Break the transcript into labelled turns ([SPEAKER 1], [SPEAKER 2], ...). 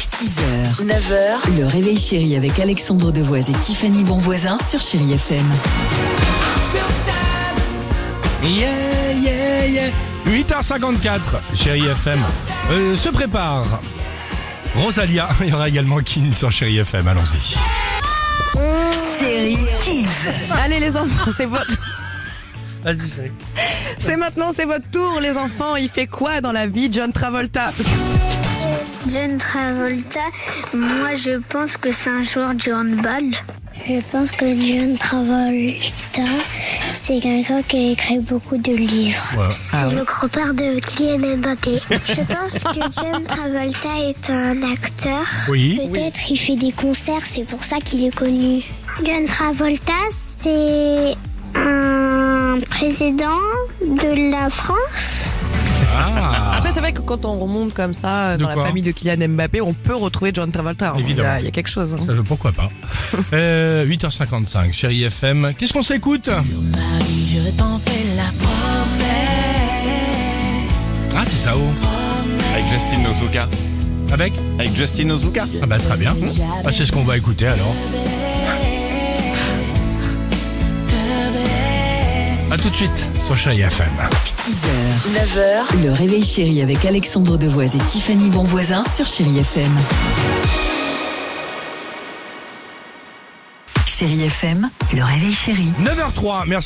[SPEAKER 1] 6h, 9h, le réveil chéri avec Alexandre Devoise et Tiffany Bonvoisin sur Chéri FM.
[SPEAKER 2] Yeah, yeah, yeah. 8h54, chérie FM. Euh, se prépare. Rosalia, il y aura également Kin sur chérie FM, allons-y.
[SPEAKER 1] Chéri Kids.
[SPEAKER 3] Allez les enfants, c'est votre...
[SPEAKER 2] Vas-y,
[SPEAKER 3] C'est maintenant, c'est votre tour les enfants. Il fait quoi dans la vie John Travolta
[SPEAKER 4] John Travolta, moi je pense que c'est un joueur de handball. Je pense que John Travolta, c'est quelqu'un qui a écrit beaucoup de livres. C'est le grand-père de Kylian Mbappé. Je pense que John Travolta est un acteur.
[SPEAKER 2] Oui.
[SPEAKER 4] Peut-être il fait des concerts, c'est pour ça qu'il est connu. John Travolta, c'est un président de la France.
[SPEAKER 3] Après c'est vrai que quand on remonte comme ça euh,
[SPEAKER 2] De
[SPEAKER 3] dans la
[SPEAKER 2] quoi
[SPEAKER 3] famille de Kylian Mbappé, on peut retrouver John Travolta. hein. Il y,
[SPEAKER 2] Évidemment.
[SPEAKER 3] a, il y a quelque chose. hein.
[SPEAKER 2] Euh, Pourquoi pas Euh, 8h55, chérie FM. Qu'est-ce qu'on s'écoute Ah, c'est Sao.
[SPEAKER 5] Avec Justin Ozuka.
[SPEAKER 2] Avec
[SPEAKER 5] Avec Justin Ozuka.
[SPEAKER 2] Ah bah très bien. Ah, c'est ce qu'on va écouter alors. À tout de suite sur chérie FM.
[SPEAKER 1] 6h, 9h, le réveil chéri avec Alexandre Devoise et Tiffany Bonvoisin sur Chéri FM. Chéri FM, le réveil chéri.
[SPEAKER 2] 9h03, merci.